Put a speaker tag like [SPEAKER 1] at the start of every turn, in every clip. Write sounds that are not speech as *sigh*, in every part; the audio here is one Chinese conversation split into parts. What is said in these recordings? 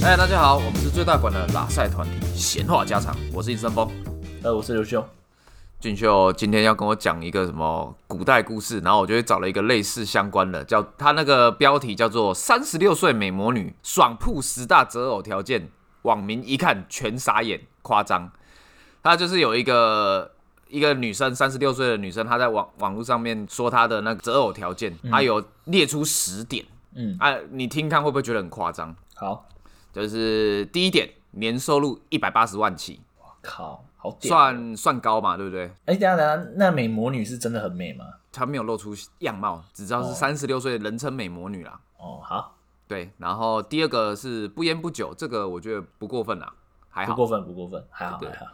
[SPEAKER 1] 嗨，哎大家好，我们是最大馆的拉塞团体，闲话家常，我是尹森峰。
[SPEAKER 2] 呃，我是刘兄。
[SPEAKER 1] 俊秀今天要跟我讲一个什么古代故事，然后我就找了一个类似相关的，叫他那个标题叫做《三十六岁美魔女爽铺十大择偶条件》，网民一看全傻眼，夸张。他就是有一个一个女生，三十六岁的女生，她在网网络上面说她的那个择偶条件，她有列出十点，
[SPEAKER 2] 嗯，
[SPEAKER 1] 啊，你听看会不会觉得很夸张？
[SPEAKER 2] 好，
[SPEAKER 1] 就是第一点，年收入一百八十万起，
[SPEAKER 2] 靠，好屌。
[SPEAKER 1] 算算高嘛，对不对？
[SPEAKER 2] 哎、等一下等一下，那美魔女是真的很美吗？
[SPEAKER 1] 她没有露出样貌，只知道是
[SPEAKER 2] 哦
[SPEAKER 1] 三十六岁，人称美魔女啦。
[SPEAKER 2] 哦，好，
[SPEAKER 1] 对，然后第二个是不烟不酒，这个我觉得不过分啦，还
[SPEAKER 2] 不
[SPEAKER 1] 好。
[SPEAKER 2] 过分，不过分，还好
[SPEAKER 1] 对对
[SPEAKER 2] 还好。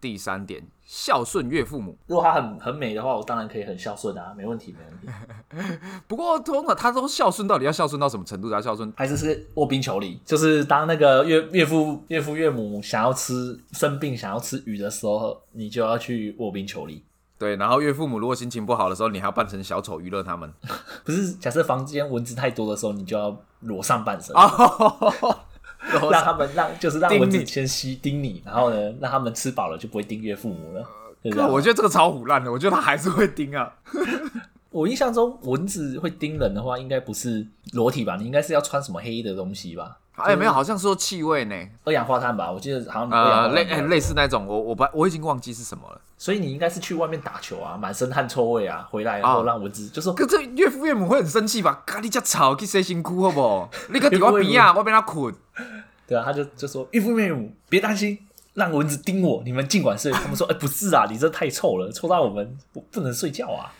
[SPEAKER 1] 第三点，孝顺岳父母。
[SPEAKER 2] 如果她很很美的话，我当然可以很孝顺啊，没问题，没问题。
[SPEAKER 1] 不过通常他都孝顺，到底要孝顺到什么程度才孝顺？
[SPEAKER 2] 还是是卧冰求鲤，就是当那个岳岳父岳父岳母想要吃生病想要吃鱼的时候，你就要去卧冰求鲤。
[SPEAKER 1] 对，然后岳父母如果心情不好的时候，你还要扮成小丑娱乐他们。 *laughs*
[SPEAKER 2] 不是，假设房间蚊子太多的时候，你就要裸上半身，
[SPEAKER 1] 哦，
[SPEAKER 2] 让他们让就是让
[SPEAKER 1] 叮
[SPEAKER 2] 蚊
[SPEAKER 1] 你
[SPEAKER 2] 子先吸叮你，然后呢，让他们吃饱了就不会叮岳父母了。对不对？
[SPEAKER 1] 我觉得这个超虎烂的，我觉得他还是会盯啊。
[SPEAKER 2] 我印象中蚊子会叮人的话，应该不是裸体吧？你应该是要穿什么黑的东西吧？
[SPEAKER 1] 哎，没有，好像说气味呢，
[SPEAKER 2] 二氧化碳吧？我记得好像你二氧
[SPEAKER 1] 呃，
[SPEAKER 2] 化
[SPEAKER 1] 类
[SPEAKER 2] 碳吧
[SPEAKER 1] 哎类似那种，我我把我已经忘记是什么了。
[SPEAKER 2] 所以你应该是去外面打球啊，满身汗臭味啊，回来然后让蚊子、就说
[SPEAKER 1] 可这岳父岳母会很生气吧？咖喱家吵去谁辛苦好不好？你个我边啊，我边他捆。
[SPEAKER 2] 对啊，他就就说岳父岳母别担心，让蚊子叮我，你们尽管睡。他们说哎、不是啊，你这太臭了，臭到我们不不能睡觉啊。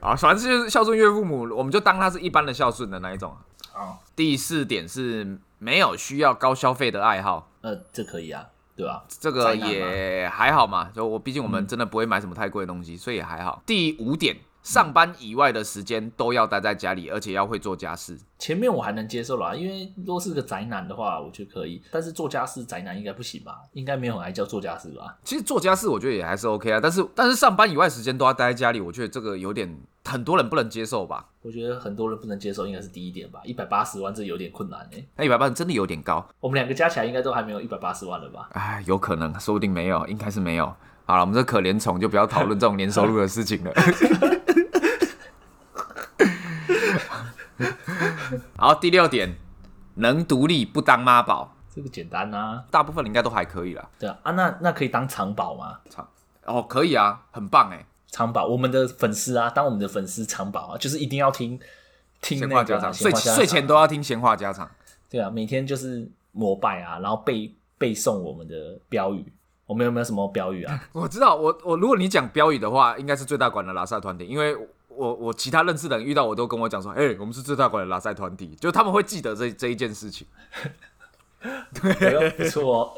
[SPEAKER 1] 啊，反正就是孝顺岳父母，我们就当他是一般的孝顺的那一种。
[SPEAKER 2] 啊，
[SPEAKER 1] 第四点是没有需要高消费的爱好，
[SPEAKER 2] 呃，这可以啊，对吧、
[SPEAKER 1] 这
[SPEAKER 2] 宅
[SPEAKER 1] 个
[SPEAKER 2] 男嘛
[SPEAKER 1] 也还好嘛。就我毕竟我们真的不会买什么太贵的东西，所以也还好。第五点，上班以外的时间都要待在家里，而且要会做家事。
[SPEAKER 2] 前面我还能接受啦，因为如果是个宅男的话，我觉得可以。但是做家事宅男应该不行吧？应该没有人爱叫做家事吧？
[SPEAKER 1] 其实做家事我觉得也还是 OK 啊，但是但是上班以外时间都要待在家里，我觉得这个有点很多人不能接受吧。
[SPEAKER 2] 我觉得很多人不能接受，应该是第一点吧。一百八十万这有点困难哎、
[SPEAKER 1] 那一百八真的有点高。
[SPEAKER 2] 我们两个加起来应该都还没有一百八十万了吧？
[SPEAKER 1] 哎，有可能，说不定没有，应该是没有。好了，我们这可怜虫就不要讨论这种年收入的事情了。 *laughs* 好，第六点，能独立不当妈宝，
[SPEAKER 2] 这个简单啊，
[SPEAKER 1] 大部分人应该都还可以啦。
[SPEAKER 2] 对啊，啊那那可以当藏宝吗？
[SPEAKER 1] 哦，可以啊，很棒哎，
[SPEAKER 2] 藏宝，我们的粉丝啊，当我们的粉丝藏宝啊，就是一定要听听
[SPEAKER 1] 闲
[SPEAKER 2] 那
[SPEAKER 1] 话
[SPEAKER 2] 个
[SPEAKER 1] 家
[SPEAKER 2] 啊
[SPEAKER 1] 常，
[SPEAKER 2] 闲
[SPEAKER 1] 睡
[SPEAKER 2] 话家常
[SPEAKER 1] 睡前都要听闲话家常。
[SPEAKER 2] 对啊，每天就是膜拜啊，然后背背诵我们的标语。我们有没有什么标
[SPEAKER 1] *laughs*
[SPEAKER 2] 语啊？
[SPEAKER 1] 我知道，我我如果你讲标语的话，应该是最大馆的拉萨团体，因为我我其他认识的人遇到我都跟我讲说，哎、我们是最大馆的拉萨团体，就他们会记得这这一件事
[SPEAKER 2] *laughs*
[SPEAKER 1] 情。
[SPEAKER 2] 哎呦不错哦。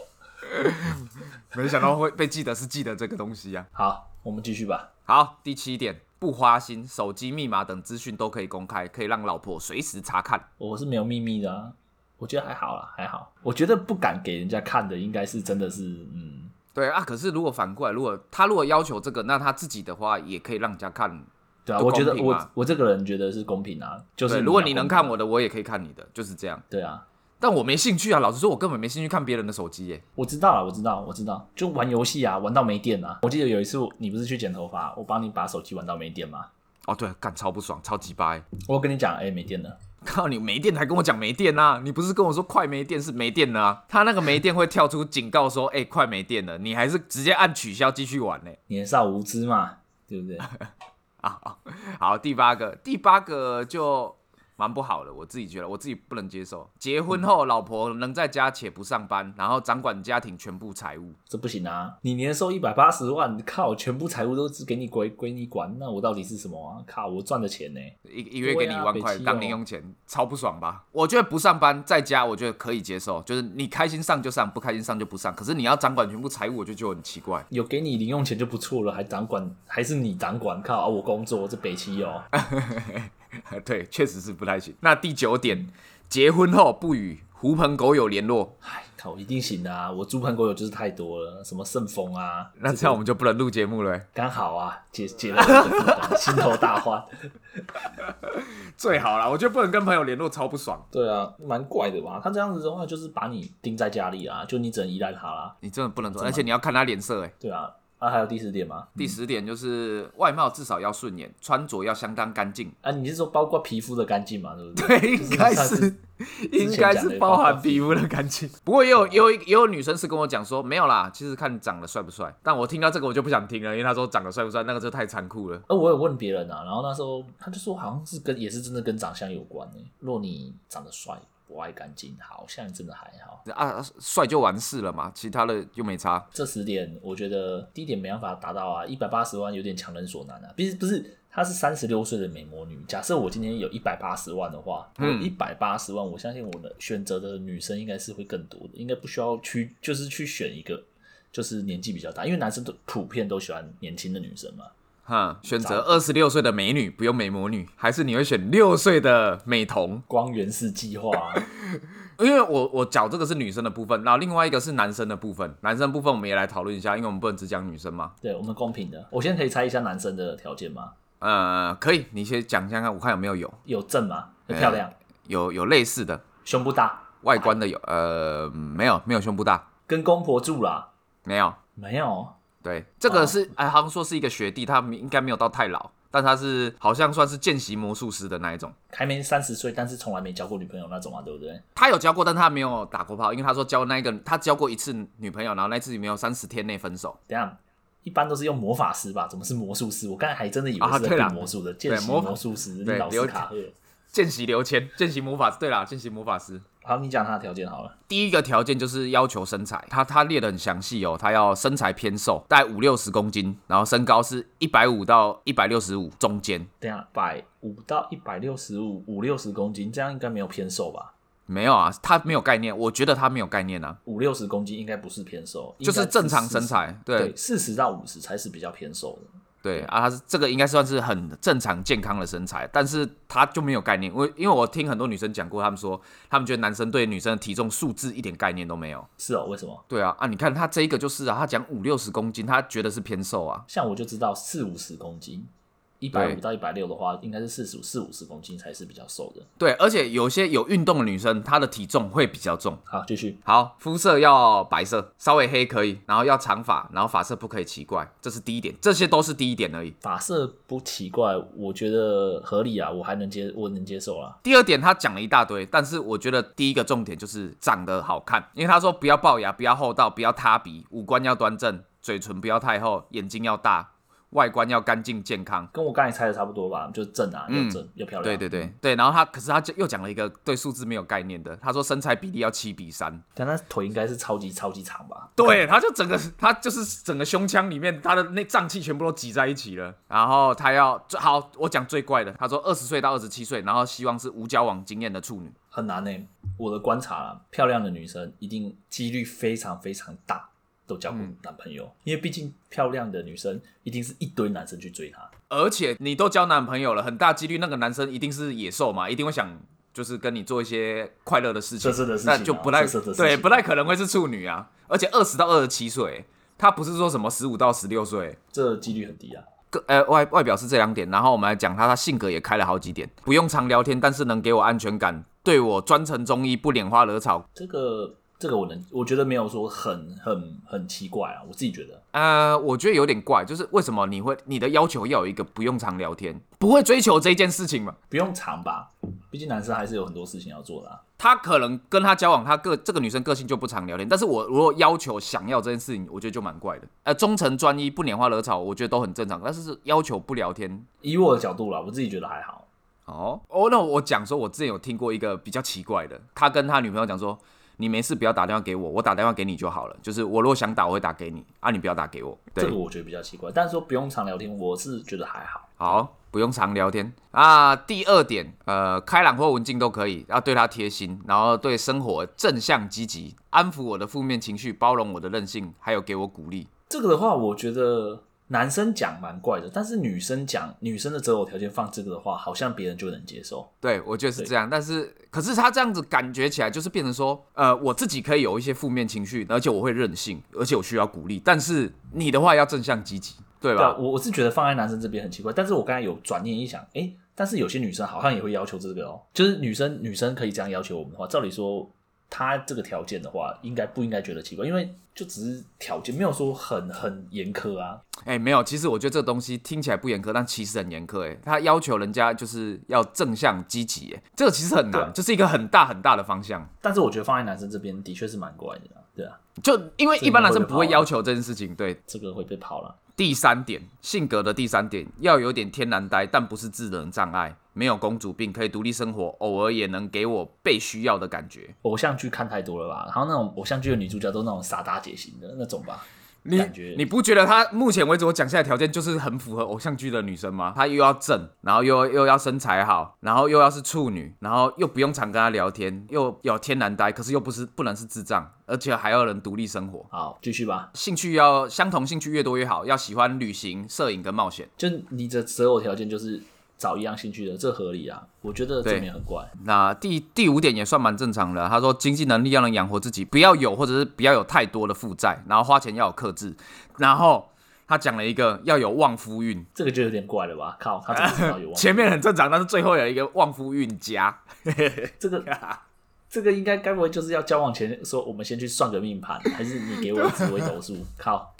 [SPEAKER 1] 没想到会被记得是记得这个东西啊。 *laughs*
[SPEAKER 2] 好，我们继续吧。
[SPEAKER 1] 好，第七点，不花心，手机密码等资讯都可以公开，可以让老婆随时查看。
[SPEAKER 2] 我是没有秘密的啊，我觉得还好啦，还好。我觉得不敢给人家看的，应该是真的是，嗯，
[SPEAKER 1] 对啊，可是如果反过来，如果他如果要求这个，那他自己的话也可以让人家看。
[SPEAKER 2] 对啊，
[SPEAKER 1] 不
[SPEAKER 2] 我
[SPEAKER 1] 公
[SPEAKER 2] 觉
[SPEAKER 1] 平
[SPEAKER 2] 得
[SPEAKER 1] 嘛
[SPEAKER 2] 我我这个人觉得是公平啊，就
[SPEAKER 1] 对，
[SPEAKER 2] 是
[SPEAKER 1] 如果
[SPEAKER 2] 要
[SPEAKER 1] 你能
[SPEAKER 2] 公平
[SPEAKER 1] 看我的，我也可以看你的，就是这样。
[SPEAKER 2] 对啊，
[SPEAKER 1] 但我没兴趣啊，老实说，我根本没兴趣看别人的手机耶。
[SPEAKER 2] 我知道了，我知道，我知道，就玩游戏啊，玩到没电啊。我记得有一次你不是去剪头发，我帮你把手机玩到没电嘛，
[SPEAKER 1] 哦，对，干超不爽，超级掰。
[SPEAKER 2] 我跟你讲，哎、没电了，
[SPEAKER 1] 靠你没电还跟我讲没电啊！你不是跟我说快没电是没电了啊？他那个没电会跳出警告说，哎、快没电了，你还是直接按取消继续玩呢、啊
[SPEAKER 2] 年少无知嘛，对
[SPEAKER 1] *laughs*
[SPEAKER 2] 不对？
[SPEAKER 1] 好，好，第八个，第八个就蛮不好的，我自己觉得我自己不能接受。结婚后，老婆能在家且不上班，然后掌管家庭全部财务。
[SPEAKER 2] 这不行啊！你年收一百八十万，靠，全部财务都只给你归归你管，那我到底是什么啊？靠，我赚的钱呢、
[SPEAKER 1] 一一月给你一万块
[SPEAKER 2] 对啊北七哦
[SPEAKER 1] 当零用钱，超不爽吧？我觉得不上班在家，我觉得可以接受，就是你开心上就上，不开心上就不上。可是你要掌管全部财务，我就觉得很奇怪。
[SPEAKER 2] 有给你零用钱就不错了，还掌管还是你掌管，靠、啊我工作这北七哦，
[SPEAKER 1] 对，确实是不太行。那第九点，结婚后不与狐朋狗友联络，
[SPEAKER 2] 哎，靠，一定行的啊！我猪朋狗友就是太多了，什么顺风啊，
[SPEAKER 1] 那这样我们就不能录节目了、欸。
[SPEAKER 2] 刚好啊，解解了我的负担，心头大患。
[SPEAKER 1] 最好啦，我觉得不能跟朋友联络超不爽。
[SPEAKER 2] 对啊，蛮怪的吧？他这样子的话，就是把你钉在家里啊，就你只能依赖他啦。
[SPEAKER 1] 你真的不能做，而且你要看他脸色哎、
[SPEAKER 2] 对啊，啊，还有第十点吗？
[SPEAKER 1] 第十点就是外貌至少要顺眼，穿着要相当干净。
[SPEAKER 2] 啊，你是说包括皮肤的干净嘛？对不 *laughs*
[SPEAKER 1] *laughs*
[SPEAKER 2] 对？
[SPEAKER 1] 对，应该是 *laughs* 应该是包含皮肤的干净。 *laughs* 不过也有也有也有女生是跟我讲说没有啦，其实看长得帅不帅。但我听到这个我就不想听了，因为她说长得帅不帅那个就太残酷了。
[SPEAKER 2] 呃，我有问别人啊，然后那时候他就说好像是跟也是真的跟长相有关诶、若你长得帅，不爱干净，好像真的还好。
[SPEAKER 1] 啊，帅就完事了嘛，其他的又没差。
[SPEAKER 2] 这十点，我觉得第一点没办法达到啊，一百八十万有点强人所难啊。不是不是，她是三十六岁的美魔女。假设我今天有一百八十万的话，我
[SPEAKER 1] 嗯
[SPEAKER 2] 一百八十万，我相信我的选择的女生应该是会更多的，应该不需要去就是去选一个就是年纪比较大，因为男生都普遍都喜欢年轻的女生嘛。
[SPEAKER 1] 哈，选择二十六岁的美女，不用美魔女，还是你会选六岁的美瞳？
[SPEAKER 2] 光源氏计划啊、
[SPEAKER 1] 因为我我讲这个是女生的部分，然后另外一个是男生的部分。男生部分我们也来讨论一下，因为我们不能只讲女生嘛。
[SPEAKER 2] 对我们公平的。我现在可以猜一下男生的条件吗？
[SPEAKER 1] 呃，可以，你先讲一下看，我看有没有有
[SPEAKER 2] 有正吗？漂亮，
[SPEAKER 1] 有有类似的
[SPEAKER 2] 胸部大，
[SPEAKER 1] 外观的有，呃，没有没有胸部大，
[SPEAKER 2] 跟公婆住啦？
[SPEAKER 1] 没有。
[SPEAKER 2] 没有，
[SPEAKER 1] 对，这个是哎、好像说是一个学弟，他应该没有到太老，但他是好像算是见习魔术师的那一种。
[SPEAKER 2] 还没三十岁，但是从来没交过女朋友那种啊，对不对？
[SPEAKER 1] 他有交过，但他没有打过炮，因为他说交那一个他交过一次女朋友，然后那次女朋友三十天内分手。
[SPEAKER 2] 等一下。一般都是用魔法师吧？怎么是魔术师？我刚才还真的以为
[SPEAKER 1] 啊
[SPEAKER 2] 是在
[SPEAKER 1] 对啦
[SPEAKER 2] 变魔术的，见习
[SPEAKER 1] 魔法
[SPEAKER 2] 魔术师
[SPEAKER 1] 对
[SPEAKER 2] 老
[SPEAKER 1] 了
[SPEAKER 2] 斯
[SPEAKER 1] 解
[SPEAKER 2] 卡赫。
[SPEAKER 1] 见习刘谦，见习魔法师，对啦，见习魔法师。
[SPEAKER 2] 好，你讲他的条件好了。
[SPEAKER 1] 第一个条件就是要求身材，他他列的很详细哦，他要身材偏瘦，大概五六十公斤，然后身高是一百五到一百六十五中间，
[SPEAKER 2] 等一下百五到一百六十五，五六十公斤，这样应该没有偏瘦吧？
[SPEAKER 1] 没有啊，他没有概念，我觉得他没有概念啊，
[SPEAKER 2] 五六十公斤应该不是偏瘦，
[SPEAKER 1] 就是
[SPEAKER 2] 应该
[SPEAKER 1] 正常
[SPEAKER 2] 40
[SPEAKER 1] 身。材，对
[SPEAKER 2] 对，四十到五十才是比较偏瘦的。
[SPEAKER 1] 对啊，他是这个应该算是很正常健康的身材，但是他就没有概念，因为因为我听很多女生讲过，他们说他们觉得男生对女生的体重数字一点概念都没有。
[SPEAKER 2] 是哦，为什么？
[SPEAKER 1] 对啊，啊，你看他这一个就是啊，他讲五六十公斤，他觉得是偏瘦啊，
[SPEAKER 2] 像我就知道四五十公斤，一百五到一百六的话，应该是四十五四五十公斤才是比较瘦的。
[SPEAKER 1] 对，而且有些有运动的女生，她的体重会比较重。
[SPEAKER 2] 好，继续。
[SPEAKER 1] 好，肤色要白色，稍微黑可以，然后要长发，然后发色不可以奇怪，这是第一点，这些都是第一点而已。
[SPEAKER 2] 发色不奇怪，我觉得合理啊，我还能接，我能接受啦。
[SPEAKER 1] 第二点他讲了一大堆，但是我觉得第一个重点就是长得好看，因为他说不要龅牙，不要厚道，不要塌鼻，五官要端正，嘴唇不要太厚，眼睛要大，外观要干净健康。
[SPEAKER 2] 跟我刚才猜的差不多吧，就正啊，又正、又漂亮。
[SPEAKER 1] 嗯对对对对，然后他可是他就又讲了一个对数字没有概念的，他说身材比例要七比三，
[SPEAKER 2] 但他腿应该是超级超级长吧？
[SPEAKER 1] 对，他就整个他就是整个胸腔里面他的那脏器全部都挤在一起了，然后他要最好我讲最怪的，他说二十岁到二十七岁，然后希望是无交往经验的处女，
[SPEAKER 2] 很难呢、我的观察啊，漂亮的女生一定几率非常非常大都交
[SPEAKER 1] 嗯
[SPEAKER 2] 过男朋友，因为毕竟漂亮的女生一定是一堆男生去追她。
[SPEAKER 1] 而且你都交男朋友了，很大几率那个男生一定是野兽嘛，一定会想就是跟你做一些快乐的事情，
[SPEAKER 2] 色色的事情啊
[SPEAKER 1] 那就不太
[SPEAKER 2] 色色的事情
[SPEAKER 1] 对，不太可能会是处女啊。而且二十到二十七岁，他不是说什么十五到十六岁，
[SPEAKER 2] 这几率很低啊。
[SPEAKER 1] 个呃外外表是这两点，然后我们来讲他，他性格也开了好几点，不用常聊天，但是能给我安全感，对我专程中医，不拈花惹草。
[SPEAKER 2] 这个这个我能，我觉得没有说很很很奇怪啊，我自己觉得
[SPEAKER 1] 呃，我觉得有点怪，就是为什么你会你的要求要有一个不用常聊天，不会追求这件事情嘛？
[SPEAKER 2] 不用藏吧，毕竟男生还是有很多事情要做的、啊。
[SPEAKER 1] 他可能跟他交往，他个这个女生个性就不常聊天。但是我如果要求想要这件事情，我觉得就蛮怪的。呃，忠诚专一、不拈花惹草，我觉得都很正常。但是是要求不聊天，
[SPEAKER 2] 以我的角度啦，我自己觉得还好。
[SPEAKER 1] 哦哦，那我讲说，我之前有听过一个比较奇怪的，他跟他女朋友讲说，你没事不要打电话给我，我打电话给你就好了。就是我如果想打，我会打给你啊，你不要打给我。对，
[SPEAKER 2] 这个我觉得比较奇怪，但是说不用常聊天，我是觉得还好。
[SPEAKER 1] 好，不用常聊天啊。第二点，呃，开朗或文静都可以，要对他贴心，然后对生活正向积极，安抚我的负面情绪，包容我的任性，还有给我鼓励。
[SPEAKER 2] 这个的话，我觉得男生讲蛮怪的，但是女生讲女生的择偶条件放这个的话，好像别人就能接受。
[SPEAKER 1] 对，我觉得是
[SPEAKER 2] 对
[SPEAKER 1] 这样。但是，可是他这样子感觉起来，就是变成说，呃，我自己可以有一些负面情绪，而且我会任性，而且我需要鼓励。但是你的话要正向积极，对
[SPEAKER 2] 对啊，
[SPEAKER 1] 吧？
[SPEAKER 2] 我我是觉得放在男生这边很奇怪，但是我刚才有转念一想，诶，但是有些女生好像也会要求这个哦，就是女生女生可以这样要求我们的话，照理说她这个条件的话，应该不应该觉得奇怪？因为就只是条件，没有说很很严苛啊。
[SPEAKER 1] 哎、没有，其实我觉得这东西听起来不严苛，但其实很严苛、哎，他要求人家就是要正向积极、哎，这个其实很
[SPEAKER 2] 对
[SPEAKER 1] 难，
[SPEAKER 2] 啊
[SPEAKER 1] 这是一个很大很大的方向。
[SPEAKER 2] 但是我觉得放在男生这边的确是蛮怪的啊，对啊，
[SPEAKER 1] 就因为一般男生
[SPEAKER 2] 这个会被
[SPEAKER 1] 不会
[SPEAKER 2] 跑
[SPEAKER 1] 要求这件事情，对，
[SPEAKER 2] 这个会被跑了。
[SPEAKER 1] 第三点，性格的第三点，要有点天然呆，但不是智能障碍，没有公主病，可以独立生活，偶尔也能给我被需要的感觉。
[SPEAKER 2] 偶像剧看太多了吧？然后那种偶像剧的女主角都那种傻大姐型的那种吧？
[SPEAKER 1] 你
[SPEAKER 2] 感觉
[SPEAKER 1] 你不觉得她目前为止我讲下来条件就是很符合偶像剧的女生吗？她又要正，然后又又要身材好，然后又要是处女，然后又不用常跟她聊天，又有天然呆，可是又不是不能是智障，而且还要能独立生活。
[SPEAKER 2] 好，继续吧。
[SPEAKER 1] 兴趣要相同，兴趣越多越好，要喜欢旅行、摄影跟冒险。
[SPEAKER 2] 就你的择偶条件就是找一样兴趣的，这合理啊？我觉得这
[SPEAKER 1] 对
[SPEAKER 2] 没有很怪。
[SPEAKER 1] 那第第五点也算蛮正常的。他说经济能力要能养活自己，不要有或者是不要有太多的负债，然后花钱要有克制。然后他讲了一个要有旺夫运，
[SPEAKER 2] 这个就有点怪了吧？靠，他怎么知
[SPEAKER 1] *laughs*
[SPEAKER 2] 道有忘？
[SPEAKER 1] 前面很正常，但是最后有一个旺夫运加。
[SPEAKER 2] 这个这个应该该不会就是要交往前说我们先去算个命盘，还是你给我紫微斗数？靠，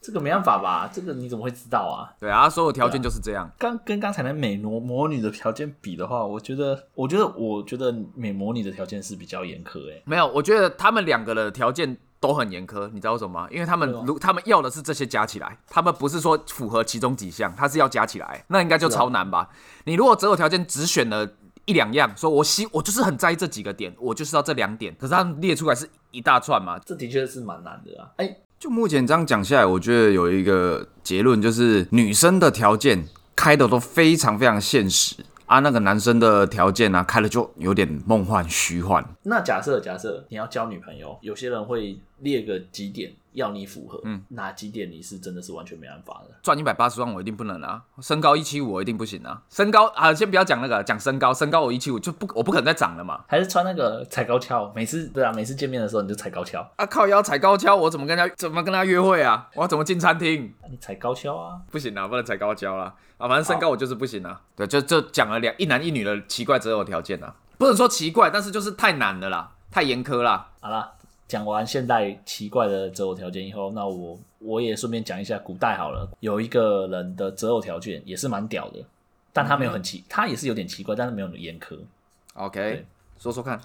[SPEAKER 2] 这个没办法吧？这个你怎么会知道啊？
[SPEAKER 1] 对啊，他所有条件就是这样。
[SPEAKER 2] 刚跟刚才的美魔魔女的条件比的话，我觉得，我觉得，我觉得美魔女的条件是比较严苛诶、欸
[SPEAKER 1] 没有，我觉得他们两个的条件都很严苛，你知道为什么吗？因为他们
[SPEAKER 2] 对啊
[SPEAKER 1] 如他们要的是这些加起来，他们不是说符合其中几项，他是要啊加起来，那应该就超难吧？你如果择偶条件只选了一两样，说我希我就是很在意这几个点，我就是要这两点，可是他们列出来是一大串嘛。
[SPEAKER 2] 这的确是蛮难的啊。哎、
[SPEAKER 1] 就目前这样讲下来，我觉得有一个结论就是，女生的条件开的都非常非常现实啊，那个男生的条件呢、开的就有点梦幻虚幻。
[SPEAKER 2] 那假设假设你要交女朋友，有些人会列个几点要你符合，嗯，哪几点你是真的是完全没办法的？
[SPEAKER 1] 赚一百八十万我一定不能啊，身高一七五我一定不行啊，身高啊先不要讲那个，讲身高，身高我一七五就不我不可能再长了嘛，
[SPEAKER 2] 还是穿那个踩高跷？每次对啊，每次见面的时候你就踩高跷，
[SPEAKER 1] 啊靠腰踩高跷我怎么跟他怎么跟他约会啊，我要怎么进餐厅？
[SPEAKER 2] 啊你踩高跷啊，
[SPEAKER 1] 不行啊，不能踩高跷啦啊，反正身高我就是不行啊，对，就就讲了两一男一女的奇怪择偶条件啊，不能说奇怪，但是就是太难了啦，太严苛啦，
[SPEAKER 2] 好啦，讲完现代奇怪的择偶条件以后，那我我也顺便讲一下古代好了。有一个人的择偶条件也是蛮屌的，但他没有很奇，他也是有点奇怪，但是没有很严苛。
[SPEAKER 1] ，OK，说说看，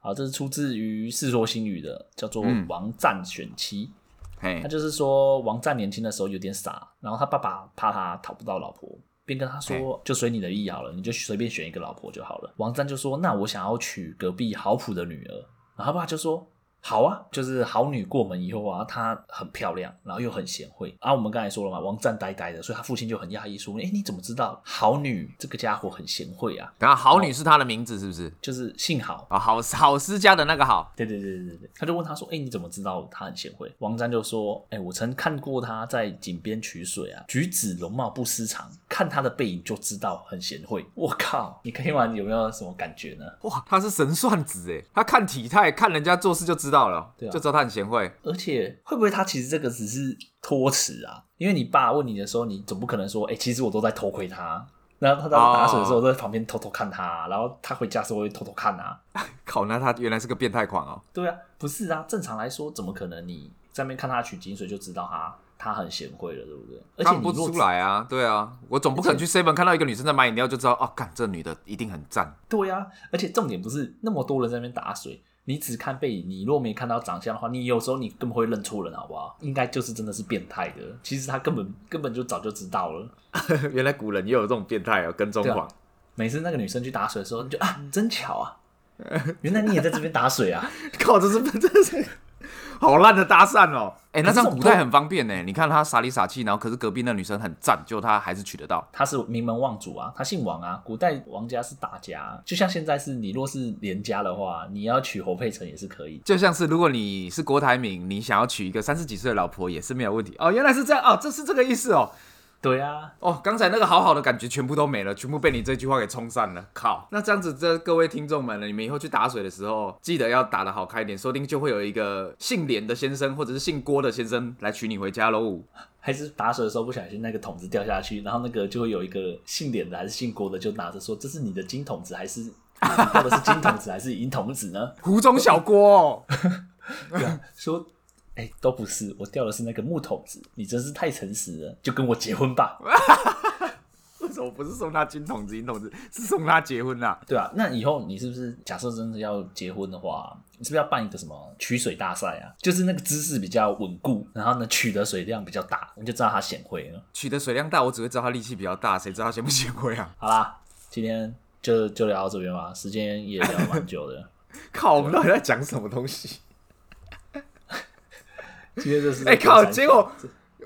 [SPEAKER 2] 好，这是出自于《世说新语》的，叫做
[SPEAKER 1] 嗯
[SPEAKER 2] 王赞选妻。
[SPEAKER 1] 嘿
[SPEAKER 2] 他，就是说王赞年轻的时候有点傻，然后他爸爸怕他讨不到老婆，便跟他说就随你的意好了，你就随便选一个老婆就好了。王赞就说那我想要娶隔壁郝普的女儿，然后他爸就说。好啊，就是好女过门以后啊，她很漂亮，然后又很贤惠。啊，我们刚才说了嘛，王赞呆呆的，所以他父亲就很讶异说：“哎、你怎么知道好女这个家伙很贤惠啊？
[SPEAKER 1] 然后好女是她的名字是不是？
[SPEAKER 2] 就是幸好
[SPEAKER 1] 啊，好好思家的那个好，
[SPEAKER 2] 对对对对对对，他就问他说：“哎、你怎么知道他很贤惠？”王詹就说：“哎、我曾看过他在井边取水啊，举止容貌不失常，看他的背影就知道很贤惠。”我靠，你看完有没有什么感觉呢？
[SPEAKER 1] 哇，他是神算子哎，他看体态，看人家做事就知道了，
[SPEAKER 2] 对啊
[SPEAKER 1] 就知道他很贤惠。
[SPEAKER 2] 而且会不会他其实这个只是托词啊？因为你爸问你的时候，你总不可能说：“哎、其实我都在偷窥他。”然后他在打水的时候，我在旁边偷偷看他啊、然后他回家的时候我会偷偷看啊。
[SPEAKER 1] 靠，那他原来是个变态狂哦。
[SPEAKER 2] 对啊，不是啊，正常来说，怎么可能你在那边看他取井水就知道他他很贤惠了，对不对？而且
[SPEAKER 1] 看
[SPEAKER 2] 你
[SPEAKER 1] 不
[SPEAKER 2] 若
[SPEAKER 1] 出来啊，对啊，我总不可能去 seven 看到一个女生在买饮料就知道，哦，干这女的一定很
[SPEAKER 2] *laughs*
[SPEAKER 1] 赞。
[SPEAKER 2] 对啊，而且重点不是那么多人在那边打水，你只看背影，你若没看到长相的话，你有时候你根本会认错人，好不好？应该就是真的是变态的，其实他根本根本就早就知道了。
[SPEAKER 1] 原来古人也有这种变态哦，跟踪
[SPEAKER 2] 对啊
[SPEAKER 1] 狂。
[SPEAKER 2] 每次那个女生去打水的时候，
[SPEAKER 1] *laughs*
[SPEAKER 2] 你就啊，真巧啊，原来你也在这边打水啊，
[SPEAKER 1] 靠，这是这是，好烂的搭讪哦！哎、那
[SPEAKER 2] 可是
[SPEAKER 1] 这样
[SPEAKER 2] 这种
[SPEAKER 1] 古代
[SPEAKER 2] 都
[SPEAKER 1] 很方便呢。欸你看他傻里傻气，然后可是隔壁那女生很赞，就他还是娶得到。
[SPEAKER 2] 他是名门望族啊，他姓王啊。古代王家是大家，啊就像现在是你若是连家的话，你要娶侯佩岑也是可以。
[SPEAKER 1] 就像是如果你是郭台铭，你想要娶一个三十几岁的老婆也是没有问题哦。原来是这样哦，这是这个意思哦。
[SPEAKER 2] 对啊，
[SPEAKER 1] 哦，刚才那个好好的感觉全部都没了，全部被你这句话给冲散了。靠！那这样子，这各位听众们呢，你们以后去打水的时候，记得要打的好开一点，说不定就会有一个姓连的先生或者是姓郭的先生来娶你回家喽。
[SPEAKER 2] 还是打水的时候不小心那个桶子掉下去，然后那个就会有一个姓脸的还是姓郭的就拿着说：“这是你的金桶子还是你掉的是金桶子还是银桶子呢 *laughs*
[SPEAKER 1] 湖中小郭、哦。？” *laughs*
[SPEAKER 2] 对啊，说。哎、都不是，我掉的是那个木桶子。你真是太诚实了，就跟我结婚吧，
[SPEAKER 1] 为什么不是送他金筒子、银筒子，是送他结婚啦、
[SPEAKER 2] 对啊，那以后你是不是假设真的要结婚的话，你是不是要办一个什么取水大赛啊？就是那个姿势比较稳固，然后呢取的水量比较大，你就知道他显会了。
[SPEAKER 1] 取的水量大，我只会知道他力气比较大，谁知道他贤不贤惠啊？
[SPEAKER 2] 好啦，今天就就聊到这边吧，时间也聊蛮久的。
[SPEAKER 1] 靠，我们到底在讲什么东西？
[SPEAKER 2] 今天这是
[SPEAKER 1] 哎、靠！结果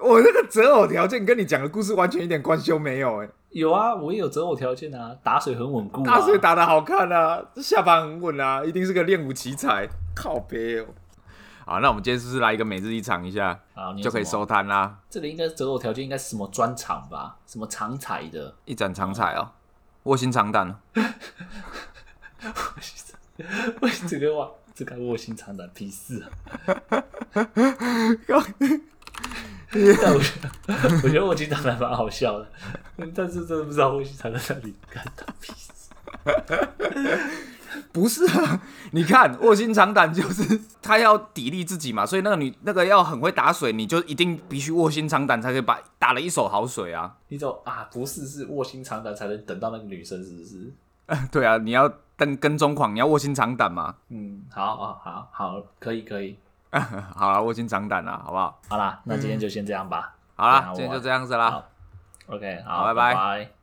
[SPEAKER 1] 我那个择偶条件跟你讲的故事完全一点关系都没有、哎，
[SPEAKER 2] 有啊，我也有择偶条件啊，打水很稳固、啊，
[SPEAKER 1] 大水打的好看啊，下巴很稳啊，一定是个练武奇才，靠背哦。好，那我们今天是不是来一个每日一场一下，
[SPEAKER 2] 啊，你有
[SPEAKER 1] 就可以
[SPEAKER 2] 什么
[SPEAKER 1] 收。摊啦？
[SPEAKER 2] 这里应该择偶条件应该是什么专场吧，什么长才的， *laughs*
[SPEAKER 1] 一展长才哦，卧薪尝胆哦。
[SPEAKER 2] 为这个哇，这个卧薪尝胆屁事啊！
[SPEAKER 1] *laughs*
[SPEAKER 2] 但我觉得， *laughs* 我觉得卧薪尝胆蛮好笑的，但是真的不知道卧薪尝胆在哪里干的屁事。
[SPEAKER 1] 不是啊， *laughs* 你看卧薪尝胆就是他要砥砺自己嘛，所以那个女那个要很会打水，你就一定必须卧薪尝胆才可以把打了一手好水啊。 *laughs*
[SPEAKER 2] 你走啊，不是是卧薪尝胆才能等到那个女生，是不是？
[SPEAKER 1] 对啊，你要跟跟踪狂，你要卧薪尝胆嘛。 *laughs*
[SPEAKER 2] 嗯，好啊，好好，可以可以，
[SPEAKER 1] 好了，卧薪尝胆啦，好不好？
[SPEAKER 2] 好啦，那今天就先这样吧。
[SPEAKER 1] 好啦，
[SPEAKER 2] 嗯
[SPEAKER 1] 今天就这样子啦。
[SPEAKER 2] 好，OK，好，
[SPEAKER 1] 好拜拜
[SPEAKER 2] 拜